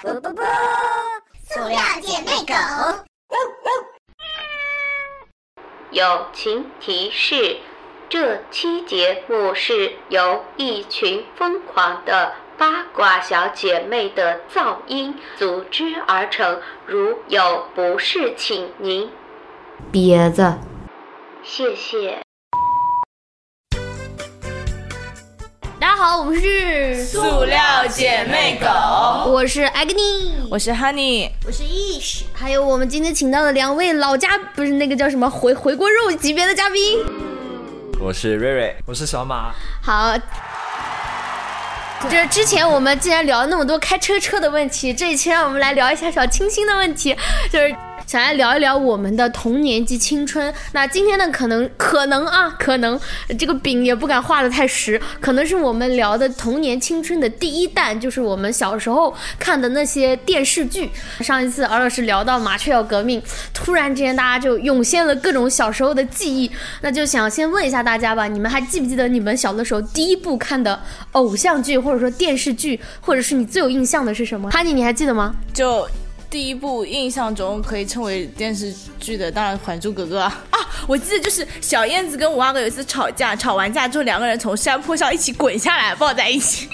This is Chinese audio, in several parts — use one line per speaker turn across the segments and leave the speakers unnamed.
不不不，塑料姐妹狗。
友情提示：这期节目是由一群疯狂的八卦小姐妹的噪音组织而成，如有不适，请您
别子，
谢谢。
大家好，我们是，
塑料姐妹狗，
我是 Agni，
我是 Honey，
我是意识，
还有我们今天请到的两位老家不是那个叫什么回回锅肉级别的嘉宾。
我是瑞瑞，
我是小马，
好，这之前我们既然聊了那么多开车车的问题，这一期让我们来聊一下小清新的问题，就是。想来聊一聊我们的童年及青春。那今天呢，可能可能啊，可能这个饼也不敢画的太实，可能是我们聊的童年青春的第一弹，就是我们小时候看的那些电视剧。上一次敖老师聊到《麻雀要革命》，突然之间大家就涌现了各种小时候的记忆。那就想先问一下大家吧，你们还记不记得你们小的时候第一部看的偶像剧，或者说电视剧，或者是你最有印象的是什么？哈尼，你还记得吗？
就。第一部印象中可以称为电视剧的，当然《还珠格格》啊！啊，我记得就是小燕子跟五阿哥有一次吵架，吵完架之后两个人从山坡上一起滚下来，抱在一 起。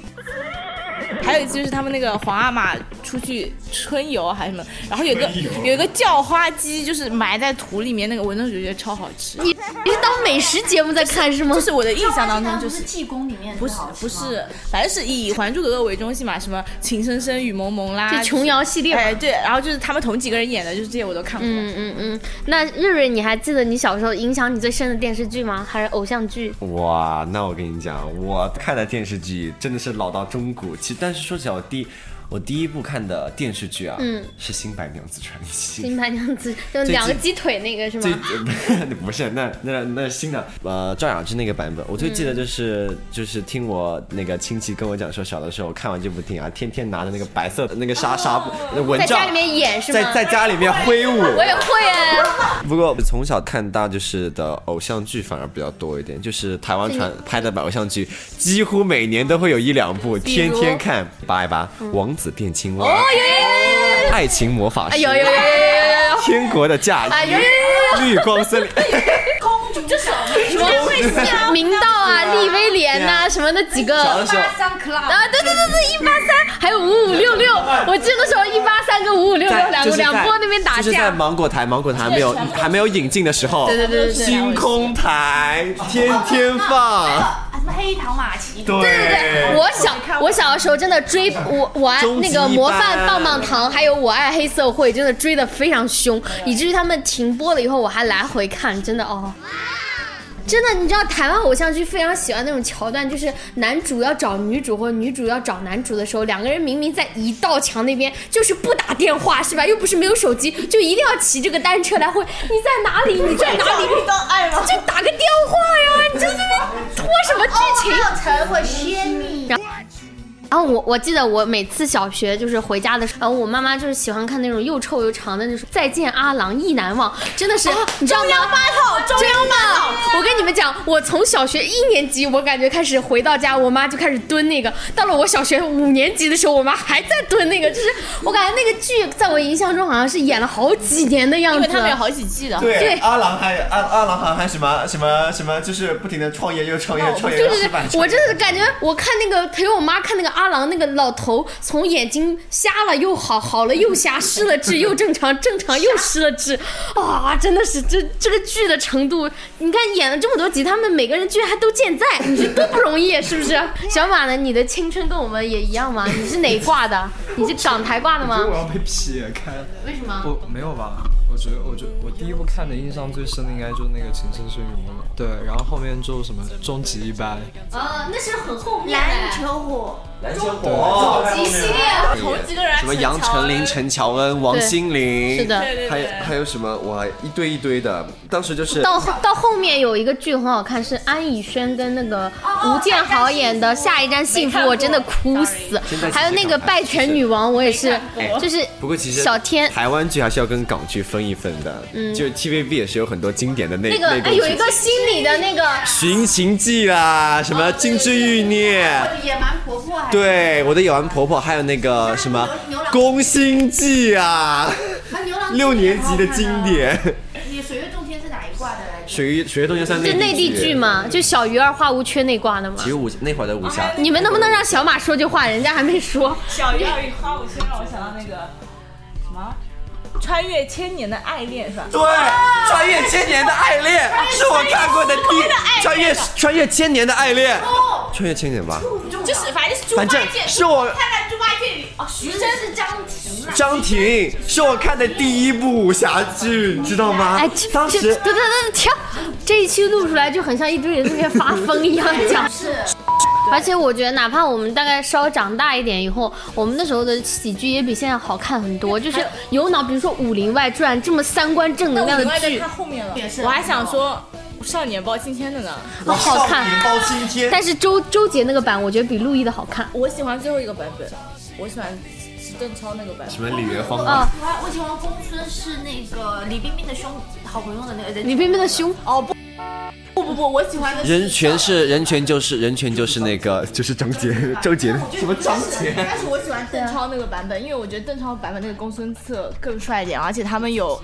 还有一次就是他们那个皇阿玛出去春游啊还是什么，然后有一个有一个叫花鸡，就是埋在土里面那个，我那时候觉得超好吃。
你你是当美食节目在看 是吗？
就是我的印象当中就是
济公里面
不是不是，反正是以《还珠格格》为中心嘛，什么情深深雨蒙蒙啦，
就琼瑶系列嘛。
哎对，然后就是他们同几个人演的，就是这些我都看过。
嗯嗯嗯。那瑞瑞，你还记得你小时候影响你最深的电视剧吗？还是偶像剧？
哇，那我跟你讲，我看的电视剧真的是老到中古。其实，但是说起来，我第我第一部看的电视剧啊，
嗯
是《新白娘子传
《
奇》。
新白娘子》就两个鸡腿那个是
最
吗？
不是那那那新的呃赵雅芝那个版本，我最记得就是、就是听我那个亲戚跟我讲说，小的时候看完这部电影啊，天天拿着那个白色的那个纱纱布、那蚊
哦在
帐
家里面演是吗？
在在家里面挥舞。
我也会哎。
不过从小看大就是的偶像剧反而比较多一点，就是台湾传拍的偶像剧，几乎每年都会有一两部，天天看。八一八，王子变青蛙。哦爱情魔法
哎
师。
有有有有有有有。
天国的嫁
哎
衣
有有。
绿光森林。
明道啊，利威廉呐、什么那几个。
小 的时候，
啊，对对对对，一八三，还有五五六六，我记得那时候一八三跟五五六六
哎在
两
就是在
两波那边打
就是在
架，
芒果台，芒果台还没有还没有引进的时候。对
对对对对
星空台天天放。
什么黑糖玛奇，
对
我小我小的时候真的追我我爱
终
那
极一
个
班
模范棒棒糖，还有我爱黑社会，真的追的非常凶，以至于他们停播了以后，我还来回看，真的哦。真的，你知道台湾偶像剧非常喜欢那种桥段，就是男主要找女主或者女主要找男主的时候，两个人明明在一道墙那边，就是不打电话是吧？又不是没有手机，就一定要骑这个单车来回。你在哪里？你在哪里？遇到爱吗？就打个电话 呀！你就在那边拖什么剧情？
陈会仙女，
哦然后我我记得我每次小学就是回家的时候，然后我妈妈就是喜欢看那种又臭又长的那种《再见阿郎意难忘》，真的是、你知道吗？哦中央八套，中央八套。我跟你们讲，我从小学一年级，我感觉开始回到家，我妈就开始蹲那个。到了我小学五年级的时候，我妈还在蹲那个，就是我感觉那个剧在我印象中好像是演了好几年的样子。
因为他们有好几季的。
啊对
对
阿郎还阿阿郎好像还什么什么什么，就是不停的创业又创业，创业
对
又
对
失败。
哦对，我真的感觉我看那个陪我妈看那个阿郎那个老头，从眼睛瞎了又好，好了又瞎，失了智又正常，正常又失了智，啊，真的是这这个剧的程度，你看演了这么多集，他们每个人居然还都健在，你说多不容易，是不是？小马呢？你的青春跟我们也一样吗？你是哪一挂的？你是港台挂的
啊
吗？
我要被撇开。为什么？我没有吧？我觉得，我觉得我第一部看的印象最深的应该就是那个《情深深雨蒙蒙》，对，然后后面就什么《终极一班》，
啊，那是很后面
篮球火，
哦
极系列，
同几个人
什么杨丞琳、陈乔恩、王心凌，
是的
对对对
还有还有什么哇，一堆一堆的。当时就是
到后到后面有一个剧很好看，是安以轩跟那个吴建豪演的《哦下一站幸福》，我真的哭死
现在。其实哎
还有那个《拜权女王》，我也是，就是
不过其实
小天嗯
台湾剧还是要跟港剧分一分的，就 TVB 也是有很多经典的那
那个
那
哎有一
《
个心理的那个，
寻秦记》啦，什
哦
么《金枝欲孽》。
呃野蛮婆婆还
对，我的野蛮婆婆，还有那个什么
牛奶
《宫心计》啊，
啊，牛郎织女
六年级的经。典。
你水月洞天是哪一挂的来着？
水月水月洞天三
就内地剧嘛，就小鱼儿化无缺那挂的嘛
嗯其。实武那会儿的武侠，
你们能不能让小马说句话？人家还没说。
小鱼儿与花无缺让我想到那个什么，穿越千年的爱恋是吧？
对，
啊
《穿越千年的爱恋》是我看过的第《穿越穿越千年的爱恋》，
哦
穿越千年吧，
就是反正就是猪八
反正
戒，
是我
看看猪八戒里哦，徐峥是张庭了。
张庭是我看的第一部武侠剧，你知道吗？
哎，这
啊当
这
时
等等等，停！这一期录出来就很像一堆人在那边发疯一样 讲。是。而且我觉得，哪怕我们大概稍微长大一点以后，我们那时候的喜剧也比现在好看很多。就是有脑，比如说《武林外传》这么三观正能
那我
量的
另外在
剧
看，后面了，我还想说少年包青天的呢。
好好
少年
看。啊
包青天，
但是周周杰那个版，我觉得比陆毅的好看。
我喜欢最后一个版本，我喜欢邓超那个版
什
本。
么李元芳
啊
啊，
我还我喜欢公孙是那个李冰冰的兄，好朋友的那个人。
李冰冰的胸，
哦不不不不，我喜欢的是
人权是人权就是人权就是那个就是张杰周杰什么张杰，
但是我喜欢邓超那个版本，因为我觉得邓超版本那个公孙策更帅一点，而且他们有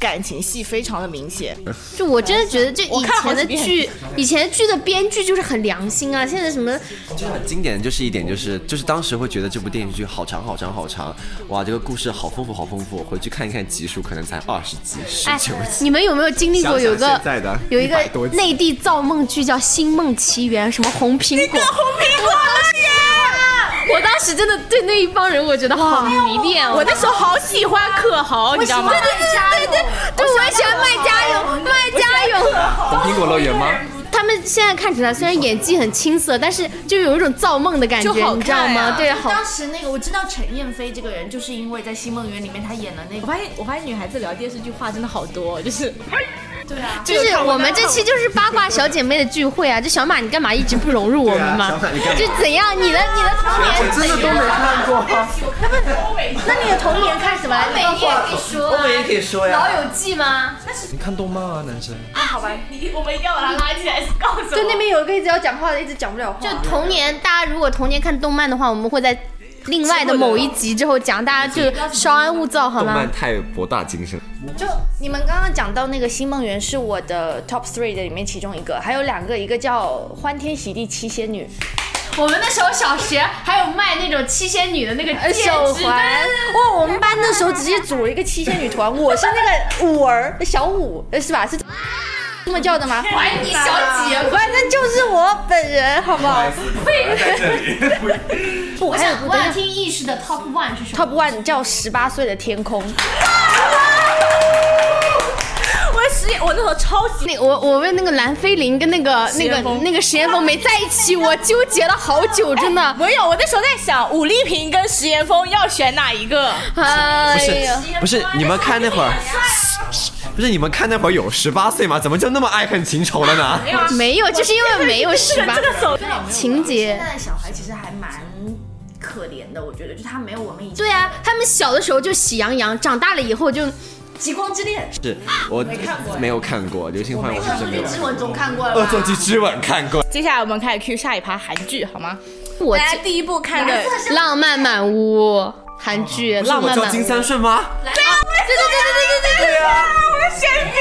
感情戏非常的明显。
就我真的觉得这
我
以
看了好
前的
几遍
剧，以前剧的编剧就是很良心啊。现在什么
就是很经典的就是一点就是就是当时会觉得这部电视剧好长好长好长，哇这个故事好丰富好丰富，回去看一看集数可能才二十集十
哎
九集，，
你们有没有经历过
想想
有个
现在的
有一个
100多集
内地造梦剧叫《星梦奇缘》，什么红苹果？红苹果！我当时真的对那一帮人，我觉得好迷恋哦。
我那时候好喜欢可豪，你知道吗？
对对对对，我也喜欢麦家勇，麦家勇。
红苹果乐园吗？
他们现在看起来虽然演技很青涩，但是就有一种造梦的感觉，
就好看呀
你知道吗？
啊
对，好。
当时那个我知道陈燕飞这个人，就是因为在《新梦园》里面她演了那
我
个。
发现，我发现女孩子聊电视剧话真的好多，就是
对啊，
就是我们这期就是八卦小姐妹的聚会啊！这小马，你干嘛一直不融入我们嘛？就怎样？你的你的童年
真的都没看过，
那你的童年看什么？美丽也说、
我也可以说呀。
老友记吗？
你看动漫啊，男生。
就那边有一个一直要讲话的，一直讲不了话。
就童年，大家如果童年看动漫的话，我们会在另外的某一集之后讲，大家就稍安勿躁，好
动
吗
漫？太博大精深，
就你们刚刚讲到那个《新梦园》是我的 top three 的里面其中一个，还有两个，一个叫《欢天喜地七仙女
我们那时候小学还有卖那种七仙女的那个》
呃手环。哇，我们班那时候直接组了一个七仙女团，我是那个五儿小五，呃是吧？是这么叫的 吗？
还你小姐。
反正就是我本人，好不好
我想我想听意识的 top one 是什么？
？Top one 叫十八岁的天空，
我实验，我那时候超喜
那我我为那个蓝菲林跟那个那个
验风
那个石岩峰没在一起，我纠结了好久，真 的。
没有，我那时候在想武丽萍跟石岩峰要选哪一个，
哎呀，
不是你们看那会儿，不是你们看那会儿有十八岁吗？怎么就那么爱恨情仇了呢？
没有，就是因为没有十 八
这个手
情节
现。在的小孩其实还蛮可怜的，我觉得，就他没有我们以前
对啊，他们小的时候就喜羊羊，长大了以后就
极光之恋》。
是我没有看过《流星花园》，我是真没有。
志文总看过了
恶
吧？
作剧之吻看过，
接下来我们开始 Q 下一趴韩剧好吗？
我
大家第一部看的
浪漫满屋韩剧
不是
浪
我
漫
叫
满
金
屋。
三顺吗？
对对对对对对对。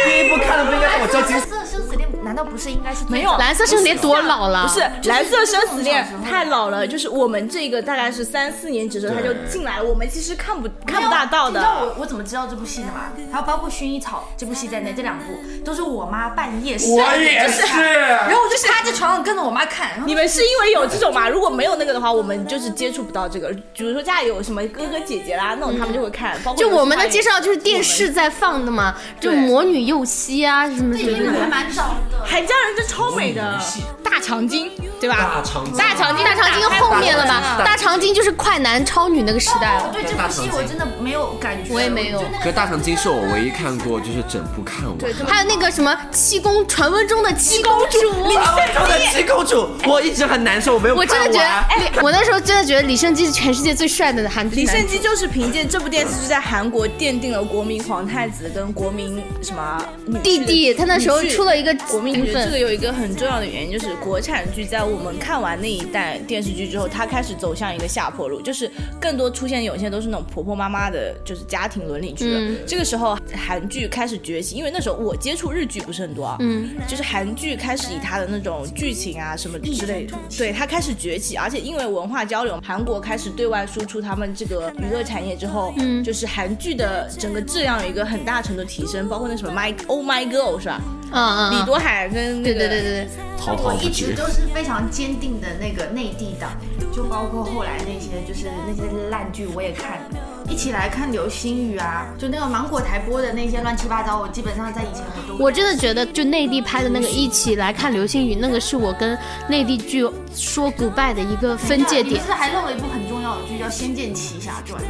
第一部看的不应该是我叫金
蓝色生死恋难道不是应该是
没有
蓝色生年多老了？
不是，《蓝色生死恋》太老了，就是我们这个大概是三四年级的时候他就进来了，我们其实看不看不大到
你知道
的。
我我怎么知道这部戏的吗？还有包括《薰衣草》这部戏在内，这两部都是我妈半夜我
也是。
然后我就趴在床上跟着我妈看，然后
你们是因为有这种吗？如果没有那个的话，我们就是接触不到这个。比如说家里有什么哥哥姐姐啦，那种他们就会看。包括
嗯就我们的
有些
介绍就是电视在放的嘛，就《魔女右西》啊什么什么
还
的。
蛮早的。
韩家人真超美的，大长今对吧？
长今
大长今，
大长今后面了吧？大长今就是快男超女那个时代
我
了。
对这部戏我真的没有感觉，
我也没有
就那个
可大长今是我唯一看过，就是整部看完。
还有那个什么七公传闻中的七公主，
啊，我中的七公主，我一直很难受，我没有
我真的觉得，
看完
哎我那时候真的觉得李胜基是全世界最帅的韩剧
李
男
胜基就是凭借这部电视剧在韩国奠定了国民皇太子跟国民什么女婿
弟弟，他那时候
女婿
出了一个
国民
名
觉得这
分
个有一个很重要的原因，就是国产剧在我们看完那一代电视剧之后，它开始走向一个下坡路，就是更多出现有些都是那种婆婆妈妈的，就是家庭伦理剧了。这个时候韩剧开始崛起，因为那时候我接触日剧不是很多啊，嗯，就是韩剧开始以它的那种剧情啊什么之类的，对它开始崛起，而且因为文化交流，韩国开始对外输出他们这个娱乐产业之后，嗯，就是韩剧的整个质量有一个很大程度提升，包括那什么 My Oh My Girl 是吧？
嗯
李多海跟那
对
个
对对对
滔滔
我
不
一直
绝
都。是非常坚定的那个内地党，就包括后来那些就是那些烂剧我也看了，一起来看《流星雨》啊，就那个芒果台播的那些乱七八糟，我基本上在以前我都
我真的觉得，就内地拍的那个《一起来看流星雨》，那个是我跟内地剧说 goodbye 的一个分界
啊你
点
不。是还弄了一部很重要的剧叫《仙剑奇侠传》？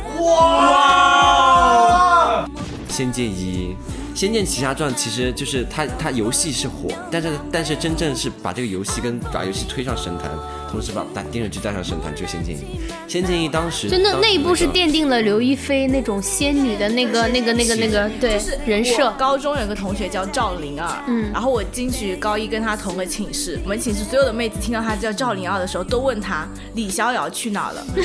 仙剑一。《仙剑奇侠传》其实就是它，它游戏是火，但是但是真正是把这个游戏跟把游戏推上神坛，同时把把电视剧带上神坛，就是《仙剑一》。《仙剑一》当时
就那
当时
那一部是
个
奠定了刘亦菲那种仙女的那个那个那个那个对
就是
人
我
设。
高中有个同学叫赵灵儿，嗯，然后我进去高一跟她同个寝室，我们寝室所有的妹子听到她叫赵灵儿的时候，都问她李逍遥去哪儿了。
嗯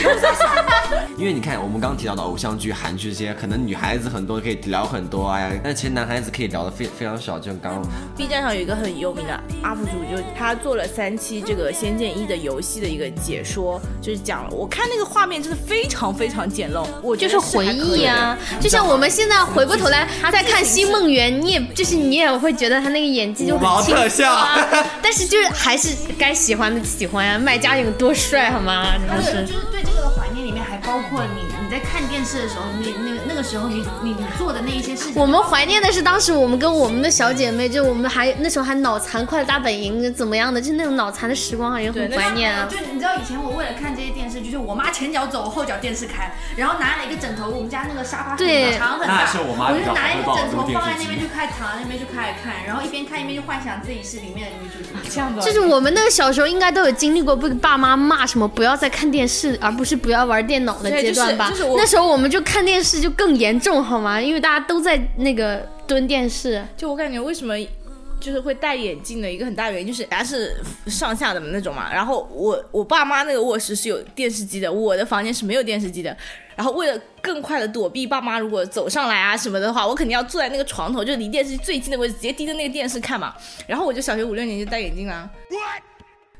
因为你看，我们刚刚提到的偶像剧、韩剧这些，可能女孩子很多可以聊很多，哎呀，但其实男孩子可以聊的非非常少。就像刚
B 站上有一个很有名的 UP 主，就他做了三期这个《仙剑一》的游戏的一个解说，就是讲了，我看那个画面真的非常非常简陋，我觉
就
得
是
还可
回
以
忆
的。
啊，就像我们现在回过头来再看《新梦圆》，你也就是你也会觉得他那个演技就
五毛
很清
特
楚啊， 但是就是还是该喜欢的喜欢呀、麦家有多帅好吗？真的
对，
是。
就是对这个的怀念里面还包括你你在看电视的时候，你那个那个时候你你你做的那一些事情。
我们怀念的是当时我们跟我们的小姐妹，就我们还那时候还脑残快乐大本营怎么样的，就那种脑残的时光还是很怀念啊。
就你知道以前我为了看这些电视剧，就我妈前脚走后脚电视开，然后拿了一个枕头，我们家那个沙发很
对
长很大，
那是我妈比
就
较
拿一
会
个
抱
枕
这
头
种电
放在
视
那边
剧
就开始躺在那边就开始看，然后一边看一边就幻想自己是里面的女主角。
这样子 啊，
就是我们那个小时候应该都有经历过被爸妈骂什么不要再看电视，而不是不要玩电脑的
对
阶段吧？
就是就是我
那时候我们就看电视就更严重好吗？因为大家都在那个蹲电视，
就我感觉为什么就是会戴眼镜的一个很大原因就是人家是上下的那种嘛，然后我我爸妈那个卧室是有电视机的，我的房间是没有电视机的。然后为了更快的躲避爸妈如果走上来啊什么的话，我肯定要坐在那个床头，就离电视机最近的位置，直接盯着那个电视看嘛。然后我就小学五六年级戴眼镜啦、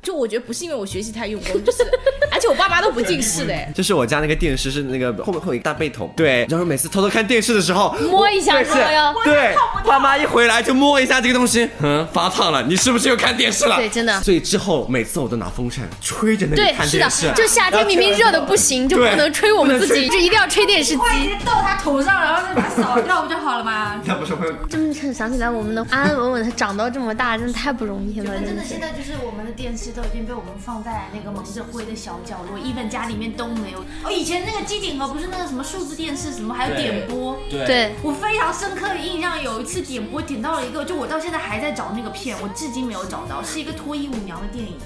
就我觉得不是因为我学习太用功，就是而且我爸妈都不近视的、 哎
就是我家那个电视是那个后面会有一大背筒，对，然后每次偷偷看电视的时候摸
一下
是
哎
是吧要
对，爸妈一回来就摸一下这个东西，嗯，发胖了，你是不是又看电视了？
对真的
所以之后每次我都拿风扇吹着那
对
个，啊看
是
电
的
视，，啊
就夏天明明热的不行，就不
对
能吹我们自己，
不能吹
就一定要吹电视机。
快直接到他头上，然后再把它扫掉不就好了吗？
那不是会
这么看想起来，我们能安安稳稳的长到这么大，真的太不容易了，
真
真的
的，
是
现。在就是我们的电视都已经被我们放在那个蒙着灰的小角落，even 家里面都没有。哦，以前那个机顶盒不是那个什么数字电视，什么还有点播。
对，
我非常深刻的印象，有一次点播点到了一个，就我到现在还在找那个片，我至今没有找到，是一个脱衣舞娘的电影。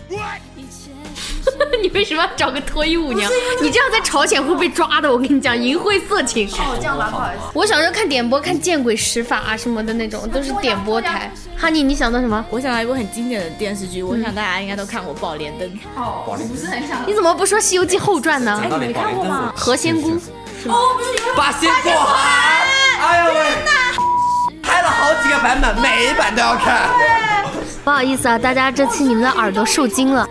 你为什么要找个脱衣舞娘？你这样在朝鲜会被抓的，我跟你讲，淫秽色情。
哦，这样吧，不好意思。
我小时候看点播，看《见鬼十法》啊什么的那种，都是点播台。 哈尼，你想到什么？
我想到一部很经典的电视剧，我想大家应该都看过《宝莲灯》。
哦，我不是很想。
你怎么不说《西游记后传》 呢？
到你看过吗？
何仙姑，
八仙过海，哎呦喂，拍了好几个版本，每一版都要看。
不好意思啊，大家这期你们的耳朵受惊了。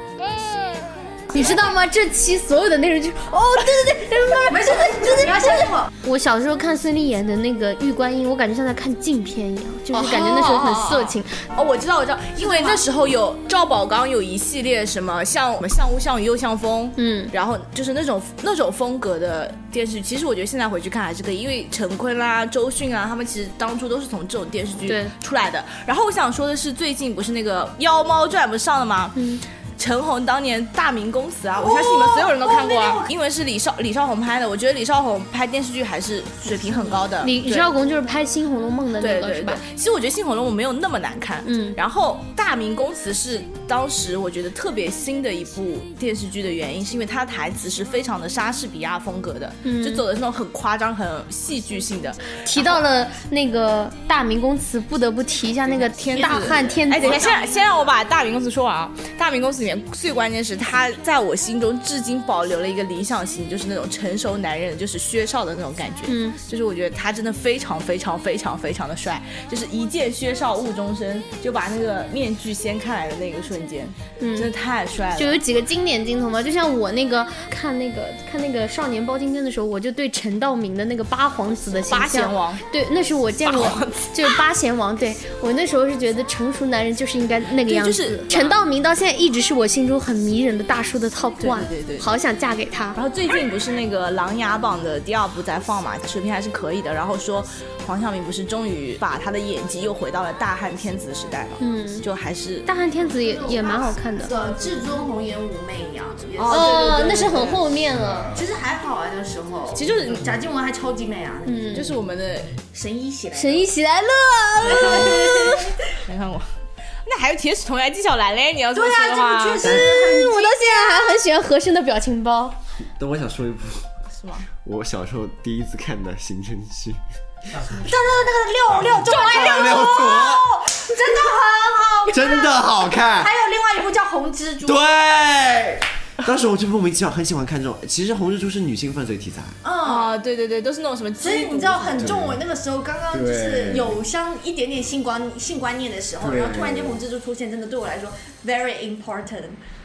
你知道吗？这期所有的内容就是哦，对对对，没事没事，你要相信我。我小时候看孙俪演的那个《玉观音》，我感觉像在看禁片一样，就是感觉那时候很色情。
哦，我知道，我知道，因为那时候有赵宝刚有一系列什么像什么像雾像雨又像风，
嗯
然后就是那种那种风格的电视剧。其实我觉得现在回去看还是可以，因为陈坤啦、周迅啊，他们其实当初都是从这种电视剧
对
出来的。然后我想说的是，最近不是那个《妖猫传》不是上了吗？嗯。陈红当年大明宫词啊，我相信你们所有人都看过啊，因为是李少李少红拍的，我觉得李少红拍电视剧还是水平很高的。
李李
对
少红就是拍《新红楼梦》的那
对
个，
对
是
对
吧？，
其实我觉得《新红楼梦》没有那么难看，
嗯
然后《大明宫词》是当时我觉得特别新的一部电视剧的原因，是因为它的台词是非常的莎士比亚风格的，
嗯
就走的是那种很夸张、很戏剧性的。
提到了那个大明宫词，不得不提一下那个天大汉天子。
哎哎，等一下，先先让我把《大明宫词》说完啊，《大明宫词》里点，最关键是他在我心中至今保留了一个理想型，就是那种成熟男人，就是薛少的那种感觉。嗯，就是我觉得他真的非常非常非常非常的帅，就是一见薛少误终身，就把那个面具掀开来的那个瞬间，嗯，真的太帅了。
就有几个经典镜头嘛，就像我那个看那个看那个少年包青天的时候，我就对陈道明的那个八皇子的形象，
八贤王，
对，那是我见过，就是八贤王，对我那时候是觉得成熟男人就是应该那个样子。
就是
陈道明到现在一直是我心中很迷人的大叔的 top
对
one，
对对对
好想嫁给他。
然后最近不是那个《琅琊榜》的第二部在放嘛，水平还是可以的。然后说黄晓明不是终于把他的演技又回到了大汉天子时代嘛，嗯，就还是
大汉天子也也蛮好看的。
呃，至尊红颜武媚娘也是，
哦，那是很后面了。
其实还好啊，那时候，
其实就是
贾静雯还超级美啊，嗯，
就是我们的
神医起来，
神医喜来乐，
没看过。那还有铁齿铜牙纪晓岚嘞，你要这么
对
说
啊，
的
这
话，
个确实
我到现在还很喜欢和珅的表情包。
但我想说一部
是吗？
我小时候第一次看的刑侦剧
很六六中
《大六左
真的很好》，
真的好看。
还有另外一部叫《红蜘蛛》，
对，当时我就莫名其妙很喜欢看这种。其实《红蜘蛛》是女性犯罪题材，
嗯。
啊，对对对，都是那种什么，
所以你知道很重，我那个时候刚刚就是有相一点点性观性观念的时候，
对
然后突然间红蜘蛛出现，真的对我来说 very important。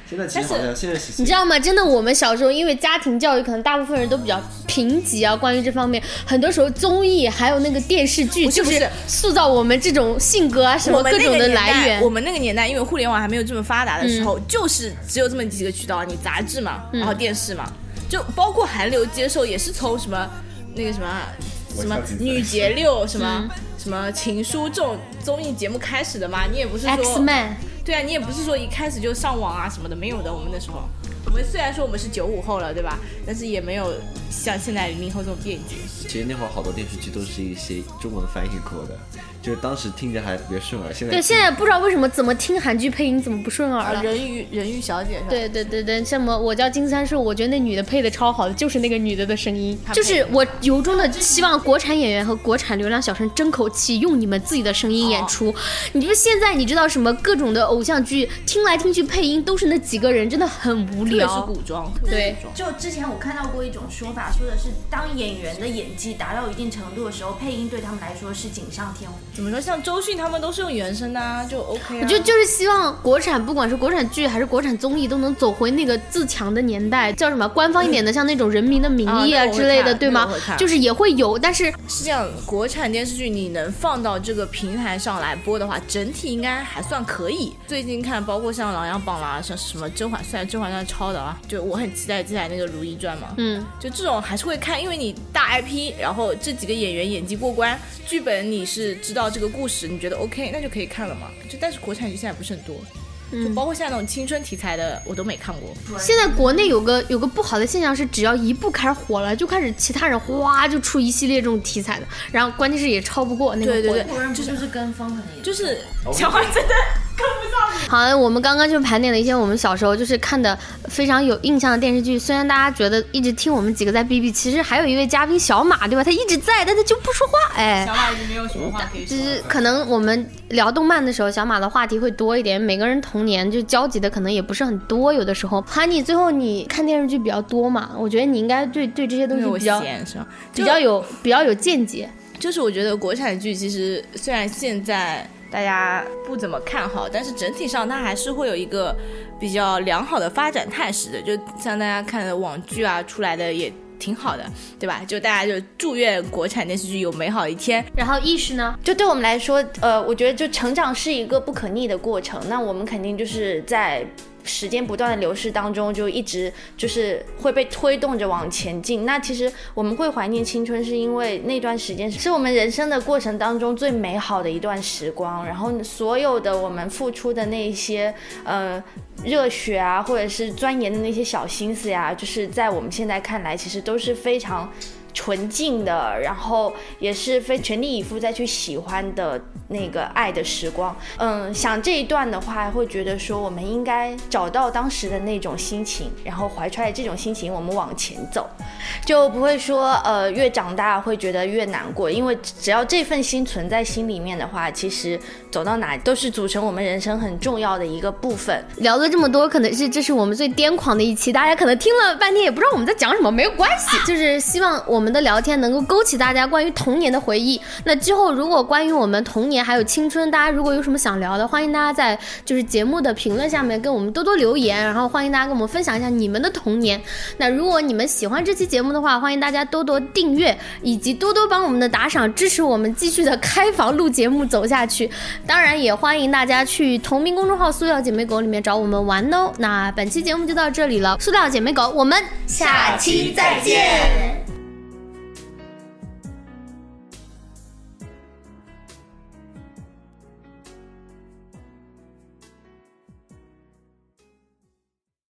现在其实好像现在是
你知道吗？真的，我们小时候因为家庭教育，可能大部分人都比较贫瘠啊，关于这方面，很多时候综艺还有那个电视剧，
是
就
不是
是塑造我们这种性格啊什
我
么
们
各
那
种
个
的
年代
来源
我。们那个年代，因为互联网还没有这么发达的时候，就是只有这么几个渠道，你杂志嘛，然后电视嘛，就包括韩流接受也是从什么那个什么
我
什么
跳进去
女节六什么。什么情书这种综艺节目开始的嘛？你也不是
X
说
Man，
对啊，你也不是说一开始就上网啊什么的，没有的。我们那时候，我们虽然说我们是九五后了，对吧？但是也没有像现在零零后这种便捷。
其实那会儿好多电视剧都是一些中文翻译过的，就是当时听着还特别顺耳。现在
对，现在不知道为什么怎么听韩剧配音怎么不顺耳了。
啊人鱼人鱼小姐是吧？
对对对对，什么我叫金三顺，我觉得那女的配的超好的，就是那个女的的声音，
她配
就
得
是我由衷的希望国产演员和国产流量小生争口气，用你们自己的声
哦
音演出。你就现在你知道什么各种的偶像剧，听来听去配音都是那几个人，真的很无
特别是
聊。
古装，
对
就之前我看到过一种说法，说的是当演员的演技达到一定程度的时候，配音对他们来说是锦上添花。
怎么说？像周迅他们都是用原声的、啊，就 OK 啊。
我就就是希望国产，不管是国产剧还是国产综艺，都能走回那个自强的年代，叫什么官方一点的，像那种《人民的名义》啊
啊那个我
之类的，
看
对
那个
吗
我看？
就是也会有，但是
是这样，国产电视剧你能放到这个平台上来播的话，整体应该还算可以。最近看，包括像《琅琊榜》啦，像什么《甄嬛》，虽然《甄嬛传》抄的啊，就我很期待接下来那个《如懿传》嘛。
嗯，
就这种还是会看，因为你大 IP，然后这几个演员演技过关，剧本你是知道这个故事，你觉得 OK，那就可以看了嘛。就但是国产剧现在不是很多，就包括现在那种青春题材的，我都没看过。
现在国内有个有个不好的现象是，只要一部开始火了，就开始其他人哗就出一系列这种题材的，然后关键是也超不过那个火。
对对对，
不然不就是跟风很严重？
就是小花真的
好，我们刚刚就盘点了一些我们小时候就是看的非常有印象的电视剧。虽然大家觉得一直听我们几个在哔哔，其实还有一位嘉宾小马，对吧？他一直在，但他就不说话，哎。
马已经没有什么话可以
就是可能我们聊动漫的时候，小马的话题会多一点。每个人童年就交集的可能也不是很多，有的时候。哈尼，最后你看电视剧比较多嘛？我觉得你应该对对这些东
因为
西
我
比较
闲是吧？
比较有比较有见解。
就是我觉得国产剧其实虽然现在大家不怎么看好，但是整体上它还是会有一个比较良好的发展态势的。就像大家看的网剧啊出来的也挺好的，对吧？就大家就祝愿国产电视剧有美好一天。
然后意识呢？
就对我们来说，呃，我觉得就成长是一个不可逆的过程，那我们肯定就是在。时间不断的流逝当中，就一直就是会被推动着往前进。那其实我们会怀念青春，是因为那段时间是我们人生的过程当中最美好的一段时光。然后所有的我们付出的那一些呃热血啊，或者是钻研的那些小心思呀、就是在我们现在看来，其实都是非常
纯净的，然后也是非全力以赴再去喜欢的那个爱的时光。嗯，想这一段的话，会觉得说我们应该找到当时的那种心情，然后怀揣这种心情，我们往前走，就不会说呃越长大会觉得越难过，因为只要这份心存在心里面的话，其实走到哪都是组成我们人生很重要的一个部分。
聊了这么多，可能是这是我们最癫狂的一期，大家可能听了半天也不知道我们在讲什么，没有关系，就是希望我们的聊天能够勾起大家关于童年的回忆。那之后如果关于我们童年还有青春，大家如果有什么想聊的，欢迎大家在就是节目的评论下面跟我们多多留言，然后欢迎大家跟我们分享一下你们的童年。那如果你们喜欢这期节目的话，欢迎大家多多订阅，以及多多帮我们的打赏，支持我们继续的开房录节目走下去。当然，也欢迎大家去同名公众号“塑料姐妹狗”里面找我们玩哦。那本期节目就到这里了，塑料姐妹狗，我们下期再见。